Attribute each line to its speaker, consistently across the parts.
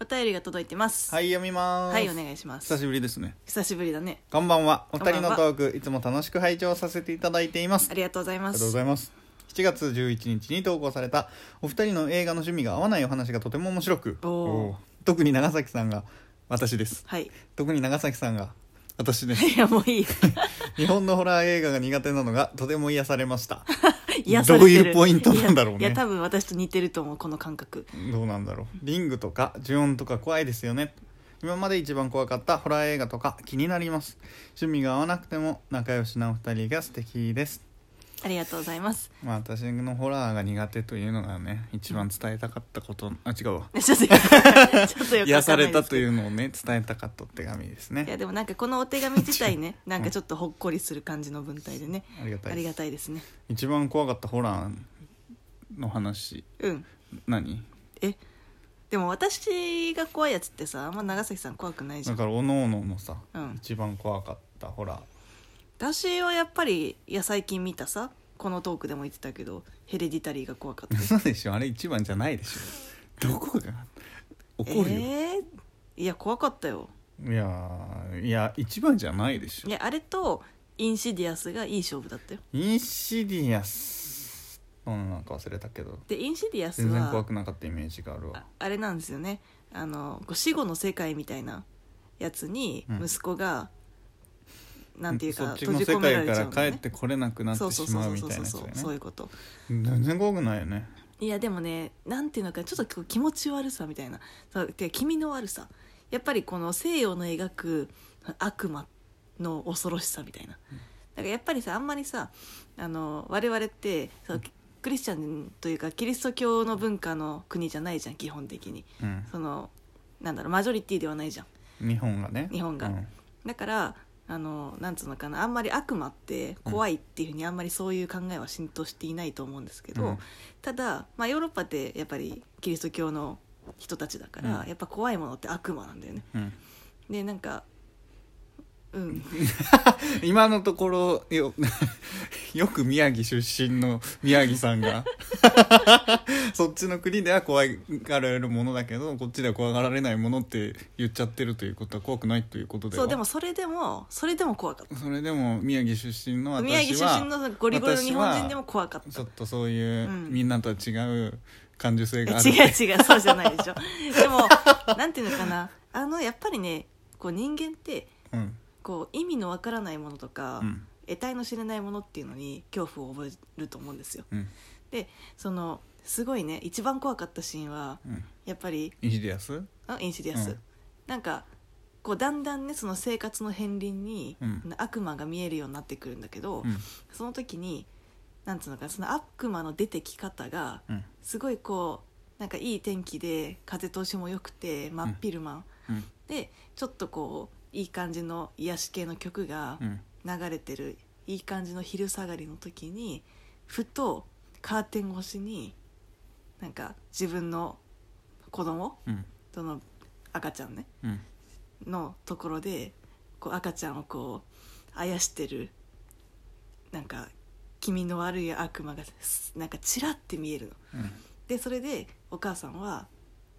Speaker 1: お便りが届いてます
Speaker 2: はい読みます
Speaker 1: はいお願いします
Speaker 2: 久しぶりですね
Speaker 1: 久しぶりだね
Speaker 2: こんばんはお二人
Speaker 1: こんばん
Speaker 2: の
Speaker 1: は
Speaker 2: トークいつも楽しく拝聴させていただいています
Speaker 1: ありがとうござい
Speaker 2: あ
Speaker 1: ま
Speaker 2: り
Speaker 1: す
Speaker 2: がとうございます7月11日に投稿されたお二人の映画の趣味が合わないお話がとても面白く
Speaker 1: おー
Speaker 2: おー特に長崎さんが私です
Speaker 1: はい
Speaker 2: 特に長崎さんが私です
Speaker 1: いやもう いいよ
Speaker 2: 日本のホラー映画が苦手なのがとても癒されました
Speaker 1: 癒されてる
Speaker 2: どういうポイントなんだろうね
Speaker 1: いやいや多分私と似てると思うこの感覚
Speaker 2: どうなんだろうリングとか呪音とか怖いですよね今まで一番怖かったホラー映画とか気になります趣味が合わなくても仲良しなお二人が素敵です
Speaker 1: ありがとうございます
Speaker 2: まあ私のホラーが苦手というのがね一番伝えたかったことあ違うわ
Speaker 1: ち ょっとよくわかんないちょっとよく
Speaker 2: 癒
Speaker 1: わか
Speaker 2: さ
Speaker 1: んな
Speaker 2: れ
Speaker 1: い
Speaker 2: た
Speaker 1: です
Speaker 2: と
Speaker 1: けど
Speaker 2: いうのをね伝えたかった手紙です
Speaker 1: いや
Speaker 2: ね
Speaker 1: でもなんかこのお手紙自体 ねなんかちょっとほっこりする感じの文体でね
Speaker 2: ありがた
Speaker 1: あ
Speaker 2: い
Speaker 1: り
Speaker 2: で
Speaker 1: が
Speaker 2: す
Speaker 1: たいですね
Speaker 2: 一番怖かったホラーの話
Speaker 1: うん
Speaker 2: 何
Speaker 1: えでも私が怖いやつってさあんま長崎さん怖くないじゃ
Speaker 2: だ
Speaker 1: ん
Speaker 2: からおのおののさ、
Speaker 1: うん
Speaker 2: 一番怖かったホラー
Speaker 1: 私はやっぱりいや最近見たさこのトークでも言ってたけどヘレディタリーが怖 かった
Speaker 2: 嘘でしょあれ一番じゃないでしょ どこが怒るよ、
Speaker 1: えーいや怖かったよ
Speaker 2: いやーいや一番じゃないでしょ
Speaker 1: いやあれとインシディアスがいい勝負だったよ
Speaker 2: インシディアスうんなんか忘れたけど
Speaker 1: でインシディアス
Speaker 2: 全然怖
Speaker 1: は
Speaker 2: くなかったイメージがあるわ
Speaker 1: ああれなんですよねあのこう死後の世界みたいなやつに
Speaker 2: うん
Speaker 1: 息子が、なんていう
Speaker 2: そ
Speaker 1: か
Speaker 2: っちの
Speaker 1: 閉じ
Speaker 2: 世
Speaker 1: 込めら
Speaker 2: 界
Speaker 1: れち
Speaker 2: か
Speaker 1: ゃ
Speaker 2: ら
Speaker 1: うんだよ
Speaker 2: 帰っ
Speaker 1: ね
Speaker 2: てこれなくなってしまうみたいなやつだ
Speaker 1: そうそうそうそうそうそうい
Speaker 2: よね
Speaker 1: うこと
Speaker 2: 全然怖くないよね
Speaker 1: いやでもねなんていうのかちょっとこう気持ち悪さみたいなそうて気味の悪さやっぱりこの西洋の描く悪魔の恐ろしさみたいなだからやっぱりさあんまりさあの我々ってそうクリスチャンというかキリスト教の文化の国じゃないじゃん基本的に
Speaker 2: うん
Speaker 1: そのなんだろうマジョリティではないじゃん
Speaker 2: 日本がね
Speaker 1: 日本が
Speaker 2: うん
Speaker 1: だからあのなんつうのかなあんまり悪魔って怖いっていうふうにあんまりそういう考えは浸透していないと思うんですけど、
Speaker 2: うん
Speaker 1: ただ、まあ、ヨーロッパってやっぱりキリスト教の人たちだから、
Speaker 2: うん
Speaker 1: やっぱ怖いものって悪魔なんだよね。
Speaker 2: うん
Speaker 1: でなんかうん、
Speaker 2: 今のところよ よく宮城出身の宮城さんが そっちの国では怖がられるものだけどこっちでは怖がられないものって言っちゃってるということは怖くないということでは
Speaker 1: そうでもそれでもそれでも怖かっ
Speaker 2: それでも宮城出身の
Speaker 1: た
Speaker 2: 私は
Speaker 1: 宮城出身のゴリゴリの日本人でも怖かっ
Speaker 2: ち
Speaker 1: た
Speaker 2: ょっとそういう、
Speaker 1: うん
Speaker 2: みんなとは違う感受性
Speaker 1: え
Speaker 2: がある
Speaker 1: 違う違うそうじゃないでしょでもなんていうのかなあのやっぱりねこう人間って
Speaker 2: うん
Speaker 1: こう意味のわからないものとか、
Speaker 2: うん
Speaker 1: 得体の知れないものっていうのに恐怖を覚えると思うんですよ
Speaker 2: うん
Speaker 1: でそのすごいね一番怖かったシーンは
Speaker 2: うん
Speaker 1: やっぱり
Speaker 2: インシディアス
Speaker 1: あインシディアス、
Speaker 2: うん
Speaker 1: なんかこうだんだんねその生活の片鱗に、
Speaker 2: うん
Speaker 1: 悪魔が見えるようになってくるんだけど、
Speaker 2: うん
Speaker 1: その時になんつうのかなその悪魔の出てき方が
Speaker 2: うん
Speaker 1: すごいこうなんかいい天気で風通しも良くて真っ昼間、
Speaker 2: うん
Speaker 1: でちょっとこういい感じの癒し系の曲が
Speaker 2: うん
Speaker 1: 流れてるいい感じの昼下がりの時にふとカーテン越しになんか自分の子供
Speaker 2: うん
Speaker 1: との赤ちゃんね
Speaker 2: うん
Speaker 1: のところでこう赤ちゃんをこうあやしてるなんか気味の悪い悪魔がすなんかちらって見えるの。
Speaker 2: うん
Speaker 1: でそれでお母さんは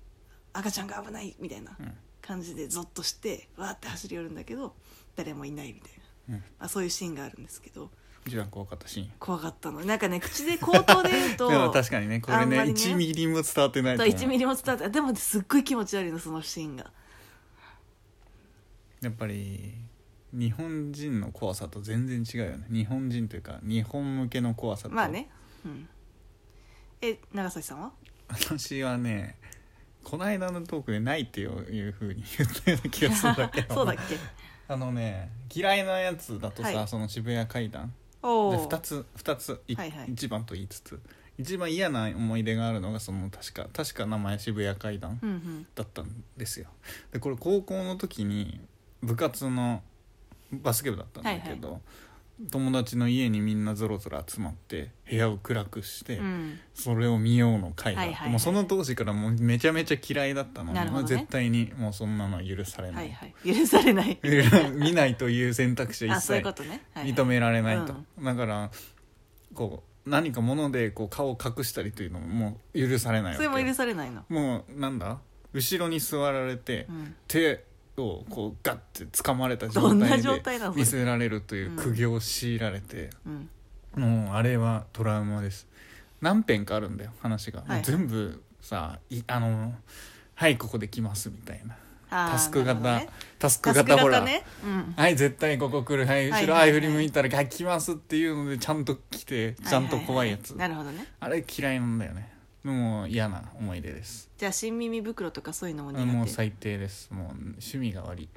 Speaker 1: 「赤ちゃんが危ない」みたいな
Speaker 2: うん
Speaker 1: 感じでゾッとしてわーって走り寄るんだけど誰もいないみたいな、
Speaker 2: うん
Speaker 1: まあ、そういうシーンがあるんですけど。
Speaker 2: 一番怖かったシーン
Speaker 1: 怖かったのなんかね口で口頭で言うと
Speaker 2: でも確かにねこれ
Speaker 1: あん
Speaker 2: ね
Speaker 1: まりね
Speaker 2: 1ミリも伝わってないと
Speaker 1: と
Speaker 2: 思う
Speaker 1: 1ミリも伝わってでもすっごい気持ち悪いのそのシーンが
Speaker 2: やっぱり日本人の怖さと全然違うよね日本人というか日本向けの怖さと
Speaker 1: まあねうんえ長崎さんは
Speaker 2: 私はねこの間のトークでないっていうふうに言ったような気がするんだけ ど
Speaker 1: そうだっけ
Speaker 2: あのね嫌いなやつだとさ、
Speaker 1: はい
Speaker 2: その渋谷階段
Speaker 1: お
Speaker 2: で
Speaker 1: お
Speaker 2: 2つ二つ、い
Speaker 1: はいはい
Speaker 2: 一番と言いつつ一番嫌な思い出があるのがその確か確か名前渋谷階段
Speaker 1: うんうん
Speaker 2: だったんですよでこれ高校の時に部活のバスケ部だったんだけど、友達の家にみんなぞろぞろ集まって部屋を暗くして、
Speaker 1: うん
Speaker 2: それを見ようの会があっ
Speaker 1: はいはい
Speaker 2: て、
Speaker 1: はい
Speaker 2: もうその当時からもうめちゃめちゃ嫌いだったのに
Speaker 1: なるほどね
Speaker 2: 絶対にもうそんなのは許されな
Speaker 1: はい
Speaker 2: い、
Speaker 1: はい許され ない
Speaker 2: 見ないという選択肢は
Speaker 1: あ
Speaker 2: 一
Speaker 1: そういう
Speaker 2: 切
Speaker 1: ことね、はいはい
Speaker 2: 認められないと、
Speaker 1: うん
Speaker 2: だからこう何か物でこう顔を隠したりというのももう許されない
Speaker 1: そ
Speaker 2: わけ
Speaker 1: れ
Speaker 2: よ
Speaker 1: も許されないの
Speaker 2: もうなんだ後ろに座られて、
Speaker 1: うん
Speaker 2: 手をこうガッて掴まれた
Speaker 1: ど
Speaker 2: 状
Speaker 1: んな
Speaker 2: 態
Speaker 1: 状
Speaker 2: で
Speaker 1: 態なのそれ
Speaker 2: 見せられるという
Speaker 1: うん
Speaker 2: 苦行を強いられて、
Speaker 1: うん
Speaker 2: もうあれはトラウマです何編かあるんだよ話が、
Speaker 1: はい
Speaker 2: もう全部さいあのはいここで来ますみたいな
Speaker 1: あー
Speaker 2: タスク型、
Speaker 1: なるほどね
Speaker 2: タスク
Speaker 1: タスク
Speaker 2: 型
Speaker 1: 型
Speaker 2: ほら、
Speaker 1: ねうん
Speaker 2: はい絶対ここ来るはい
Speaker 1: は
Speaker 2: 後
Speaker 1: い
Speaker 2: ろ
Speaker 1: はいはい
Speaker 2: あい振り向いたらが来ますっていうのでちゃんと来てちゃんと怖いやつ、
Speaker 1: はははなるほどね
Speaker 2: あれ嫌いなんだよねもう嫌な思い出です
Speaker 1: じゃあ新耳袋とかそういうのも苦手
Speaker 2: もう最低ですもう趣味が悪い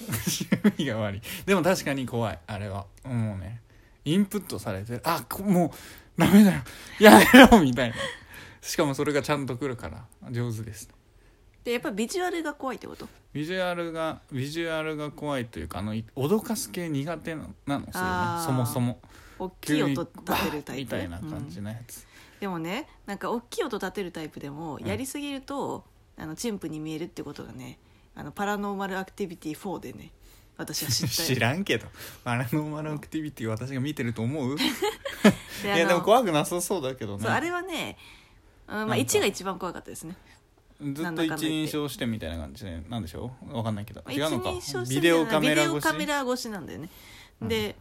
Speaker 2: 趣味が悪いでも確かに怖いあれはもうねインプットされてあこもうダメだよやめろみたいなしかもそれがちゃんと来るから上手です
Speaker 1: でやっぱビジュアルが怖いってこと
Speaker 2: ビジュアルがビジュアルが怖いというかあのい脅かす系苦手ななのそれ
Speaker 1: あ
Speaker 2: ね
Speaker 1: ー
Speaker 2: そもそも
Speaker 1: 大きい音立
Speaker 2: バ
Speaker 1: てる
Speaker 2: ー
Speaker 1: タ
Speaker 2: ン
Speaker 1: イ
Speaker 2: み
Speaker 1: プ
Speaker 2: た
Speaker 1: ね
Speaker 2: いな感じのやつ、
Speaker 1: うんでもねなんか大きい音立てるタイプでも
Speaker 2: うん
Speaker 1: やりすぎると、あのチンプに見えるってことがねあのパラノーマルアクティビティ4でね私は知ったよ
Speaker 2: 知らんけどパラノーマルアクティビティ私が見てる と思うい
Speaker 1: であ
Speaker 2: や
Speaker 1: の
Speaker 2: でも怖くなさそうだけどね
Speaker 1: そうあれはね、うんま
Speaker 2: な
Speaker 1: あ、
Speaker 2: んか
Speaker 1: 1が一番怖かったですね
Speaker 2: ず
Speaker 1: な
Speaker 2: っ
Speaker 1: ん
Speaker 2: と
Speaker 1: だかんだ言っ
Speaker 2: 一
Speaker 1: て
Speaker 2: 人称してみたいな感じでなんでしょうわかんないけど
Speaker 1: まあ
Speaker 2: 違うのか
Speaker 1: 一人称して
Speaker 2: ビ
Speaker 1: みた
Speaker 2: デ
Speaker 1: いな
Speaker 2: オカメラ
Speaker 1: ビデ
Speaker 2: 越
Speaker 1: オ
Speaker 2: し
Speaker 1: カメラ越しなんだよね、
Speaker 2: うん
Speaker 1: で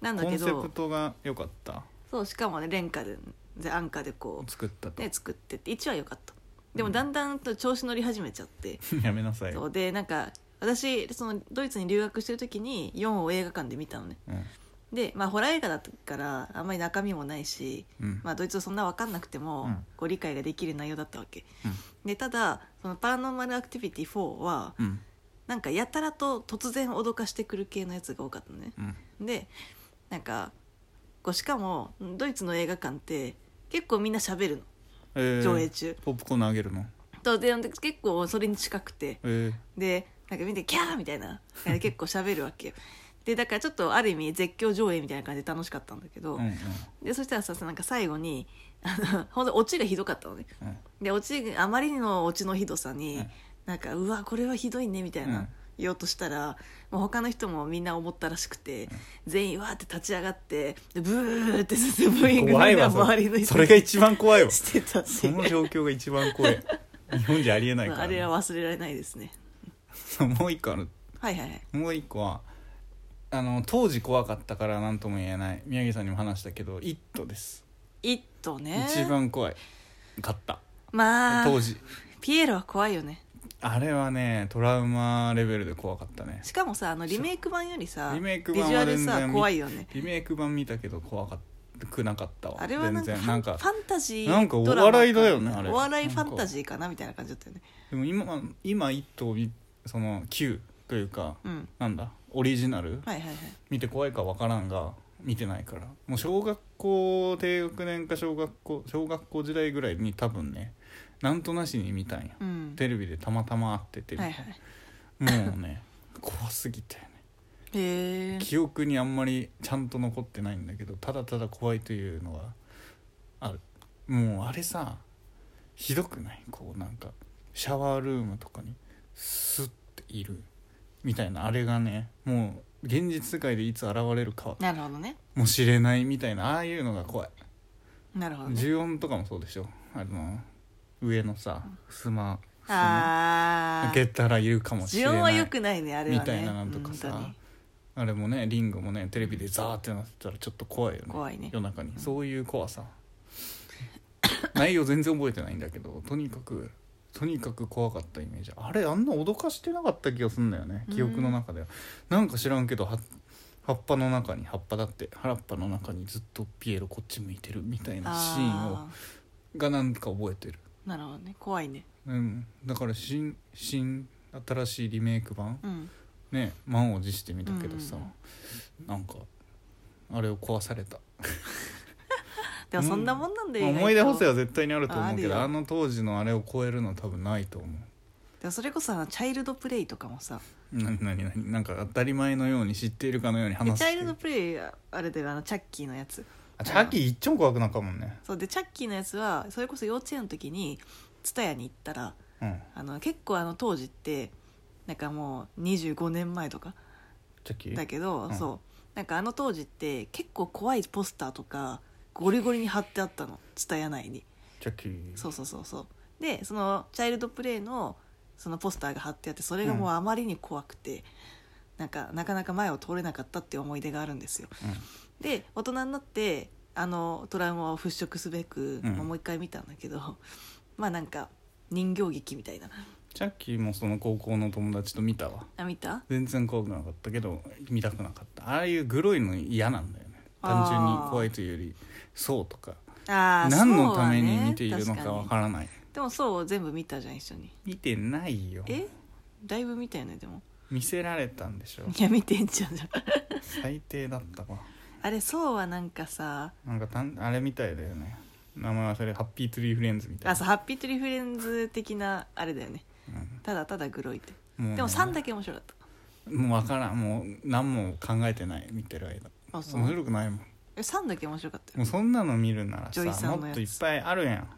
Speaker 1: なんだ
Speaker 2: コ
Speaker 1: け
Speaker 2: ンセプ
Speaker 1: ど
Speaker 2: トが良かった
Speaker 1: そうしかもね廉価でで安価でこ
Speaker 2: 作った
Speaker 1: う、
Speaker 2: と、
Speaker 1: ね、作ってって1は良かったでもだんだんと調子乗り始めちゃって、
Speaker 2: やめなさい
Speaker 1: そうでなんか私そのドイツに留学してる時に4を映画館で見たのね
Speaker 2: うん
Speaker 1: でまあホラー映画だったからあんまり中身もないし、
Speaker 2: うん
Speaker 1: まあ、ドイツ語そんな分かんなくても、
Speaker 2: うん
Speaker 1: こう理解ができる内容だったわけ、でただそのパラノーマルアクティビティ4は
Speaker 2: うん
Speaker 1: なんかやたらと突然脅かしてくる系のやつが多かったのね
Speaker 2: うん
Speaker 1: でなんかこうしかもドイツの映画館って結構みんな喋るの
Speaker 2: えー
Speaker 1: 上映中
Speaker 2: ポップコーンあげるの
Speaker 1: とでで結構それに近くて
Speaker 2: え
Speaker 1: でなんか見てキャーみたいななんか結構喋るわけよ でだからちょっとある意味絶叫上映みたいな感じで楽しかったんだけ
Speaker 2: ー
Speaker 1: ど、
Speaker 2: うんうん
Speaker 1: でそしたらさなんか最後に あの本当オチがひどかったのね
Speaker 2: うん
Speaker 1: でオチあまりのオチのひどさに、
Speaker 2: うん
Speaker 1: なんかうわこれはひどいねみたいな、
Speaker 2: うん
Speaker 1: 言おうとしたらもう他の人もみんな思ったらしくて、全員わーって立ち上がってでブーって進むブーイング
Speaker 2: 怖いわそ
Speaker 1: 周りの
Speaker 2: れ
Speaker 1: 人
Speaker 2: それが一番怖 いわ
Speaker 1: してたって
Speaker 2: そ
Speaker 1: いう
Speaker 2: の状況が一番 怖い日本じゃありえないから、
Speaker 1: あれは忘れられないですね
Speaker 2: もう一個ある
Speaker 1: はいはいはい
Speaker 2: もう一個はあの当時怖かったから何とも言えない宮城さんにも話したけど「イット!」です、
Speaker 1: 「イットね」
Speaker 2: 一番怖いかった
Speaker 1: まあ
Speaker 2: 当時
Speaker 1: ピエロは怖いよね
Speaker 2: あれはねトラウマレベルで怖かったね
Speaker 1: しかもさあのリメイク版よりさ
Speaker 2: リメイク
Speaker 1: ビ
Speaker 2: 版
Speaker 1: ジュア
Speaker 2: は
Speaker 1: ル
Speaker 2: 全然
Speaker 1: さ
Speaker 2: 見
Speaker 1: 怖いよね
Speaker 2: リメイク版見たけど怖かくなかったわ
Speaker 1: あれはなんか
Speaker 2: 全
Speaker 1: フ
Speaker 2: 然な
Speaker 1: ァン
Speaker 2: んか
Speaker 1: ファンタジー
Speaker 2: なんかお
Speaker 1: ドラマ
Speaker 2: 笑いだよねあれ
Speaker 1: お笑いファンタジーかなみたいな感じだったよね
Speaker 2: でも今今「イット!」を見その Q というか
Speaker 1: うん
Speaker 2: なんだオリジナル、
Speaker 1: はいはいはい
Speaker 2: 見て怖いか分からんが見てないからもう小学校低学年か小学校小学校時代ぐらいに多分ねなんとなしに見たんや、
Speaker 1: うん
Speaker 2: テレビでたまたま会ってて、
Speaker 1: はいはい
Speaker 2: もうね怖すぎてね
Speaker 1: へえ
Speaker 2: 記憶にあんまりちゃんと残ってないんだけどただただ怖いというのはあるもうあれさひどくないこうなんかシャワールームとかにスッているみたいなあれがねもう現実世界でいつ現れるか
Speaker 1: なるほどね
Speaker 2: もしれないみたいなああいうのが怖い
Speaker 1: なるほどね
Speaker 2: 重音とかもそうでしょあの上のさふまふま
Speaker 1: あ
Speaker 2: 開け
Speaker 1: あ
Speaker 2: たらいるかもしれ
Speaker 1: 呪音
Speaker 2: な
Speaker 1: はい良くないねあれはね
Speaker 2: みたいななんとかさ
Speaker 1: 本
Speaker 2: あれもねリングもねテレビでザーってなってたらちょっと怖いよね
Speaker 1: 怖いね
Speaker 2: 夜中にそういう怖さ 内容全然覚えてないんだけどとにかくとにかく怖かったイメージあれあんな脅かしてなかった気がすんだよね
Speaker 1: うん
Speaker 2: 記憶の中では、なんか知らんけどは葉っぱの中に葉っぱだって原っぱの中にずっとピエロこっち向いてるみた
Speaker 1: 当
Speaker 2: い
Speaker 1: に
Speaker 2: なシーンを
Speaker 1: あ
Speaker 2: がなんか覚えてる、
Speaker 1: ーなるほどね怖いね
Speaker 2: うん、だから新新新しいリメイク版
Speaker 1: うん
Speaker 2: ね満を持してみたけどさ、
Speaker 1: うんうん
Speaker 2: なんかあれを壊された、
Speaker 1: でもそんなもんなんで
Speaker 2: まあ思い出補正
Speaker 1: よ
Speaker 2: は絶対にあると思うけど
Speaker 1: あある
Speaker 2: あ
Speaker 1: よ
Speaker 2: の当時のあれを超えるのは多分ないと思う
Speaker 1: でもそれこそあのチャイルドプレイとかもさ
Speaker 2: なになになになんか当たり前のように知っているかのように
Speaker 1: で
Speaker 2: 話し
Speaker 1: チ
Speaker 2: て
Speaker 1: ャイルドプレイああれだよあのチャッキーのやつ
Speaker 2: あチャッキー一丁怖くなんかもんね
Speaker 1: そうでチャッキーのやつはそれこそ幼稚園の時に蔦屋に行ったら
Speaker 2: うん
Speaker 1: あの結構あの当時ってなんかもう25年前とか
Speaker 2: チャッキー
Speaker 1: だけど、
Speaker 2: うん
Speaker 1: そうなんかあの当時って結構怖いポスターとかゴリゴリに貼ってあったの蔦屋内に
Speaker 2: チャッキー
Speaker 1: そうそうそうそうでそのチャイルドプレイのそのポスターが貼ってあってそれがもうあまりに怖くて、なんかなかなか前を通れなかったっていう思い出があるんですよ。で大人になってあのトラウマを払拭すべく、
Speaker 2: うん
Speaker 1: まあもう一回見たんだけど まあなんか人形劇みたいな
Speaker 2: チャッキーもその高校の友達と見たわ
Speaker 1: あ見た
Speaker 2: 全然怖くなかったけど見たくなかったああいうグロいの嫌なんだよね単純に怖いというよりそうとか
Speaker 1: あー
Speaker 2: 何の
Speaker 1: そうは
Speaker 2: ために
Speaker 1: ね
Speaker 2: 見ているのかわ
Speaker 1: 確か
Speaker 2: からない、
Speaker 1: にでもそうを全部見たじゃん一緒に
Speaker 2: 見てないよ
Speaker 1: えだいぶ見たよねでも
Speaker 2: 見せられたん でしょ
Speaker 1: いや見てんじゃんじゃん
Speaker 2: 最低だったわ
Speaker 1: あれそうはなんかさ
Speaker 2: なんかたんあれみたいだよね名前忘れハッピーツリーフレンズみたいな
Speaker 1: あそうハッピートリフレンズ的なあれだよね
Speaker 2: うん
Speaker 1: ただただグロいって
Speaker 2: もうね
Speaker 1: でも3だけ面白かっ
Speaker 2: もう分からんもう何も考えてない見てる間
Speaker 1: たあそう
Speaker 2: 面白くないもん
Speaker 1: え3だけ面白かった
Speaker 2: も
Speaker 1: よ
Speaker 2: うそんなの見るなら
Speaker 1: ジョイさ
Speaker 2: さ
Speaker 1: んの
Speaker 2: も
Speaker 1: やつ
Speaker 2: っといっぱいあるやん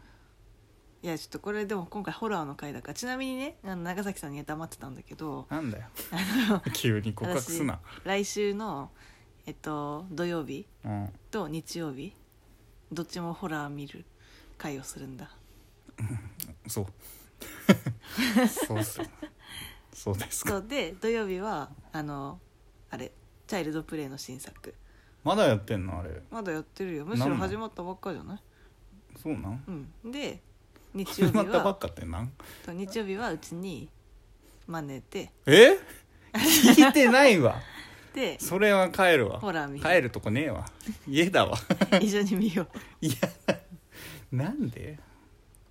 Speaker 1: いやちょっとこれでも今回ホラーの回だからちなみにねあの長崎さんには黙ってたんだけど
Speaker 2: なんだよ 急に告白すな、
Speaker 1: 来週のえっと土曜日
Speaker 2: うん、
Speaker 1: と日曜日どっちもホラー見る回をするんだ
Speaker 2: そうそうっすよそうですか
Speaker 1: そうで土曜日はあのあれチャイルドプレイの新作
Speaker 2: まだやってんのあれ
Speaker 1: まだやってるよむしろ始まったばっかじゃない
Speaker 2: そうなん
Speaker 1: うんで日曜
Speaker 2: 始
Speaker 1: 日
Speaker 2: まったばっ
Speaker 1: は
Speaker 2: かってなん
Speaker 1: そう日曜日はうちに招いて
Speaker 2: え聞いてないわ
Speaker 1: で
Speaker 2: それは帰る
Speaker 1: ホ
Speaker 2: わ
Speaker 1: ラー見る
Speaker 2: 帰るとこねえわ家だわ
Speaker 1: 一緒に見よう
Speaker 2: いやなんで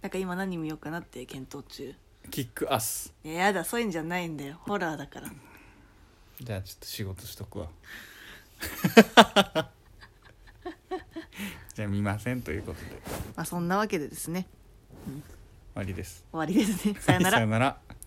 Speaker 1: なんか今何見ようかなって検討中
Speaker 2: キックアス
Speaker 1: いややだそういうんじゃないんだよホラーだから
Speaker 2: じゃあちょっと仕事しとく わじゃあ見ませんということで終
Speaker 1: まあそんなわけでですね
Speaker 2: わりです
Speaker 1: 終わりですねさよな
Speaker 2: は
Speaker 1: ら
Speaker 2: い さよなら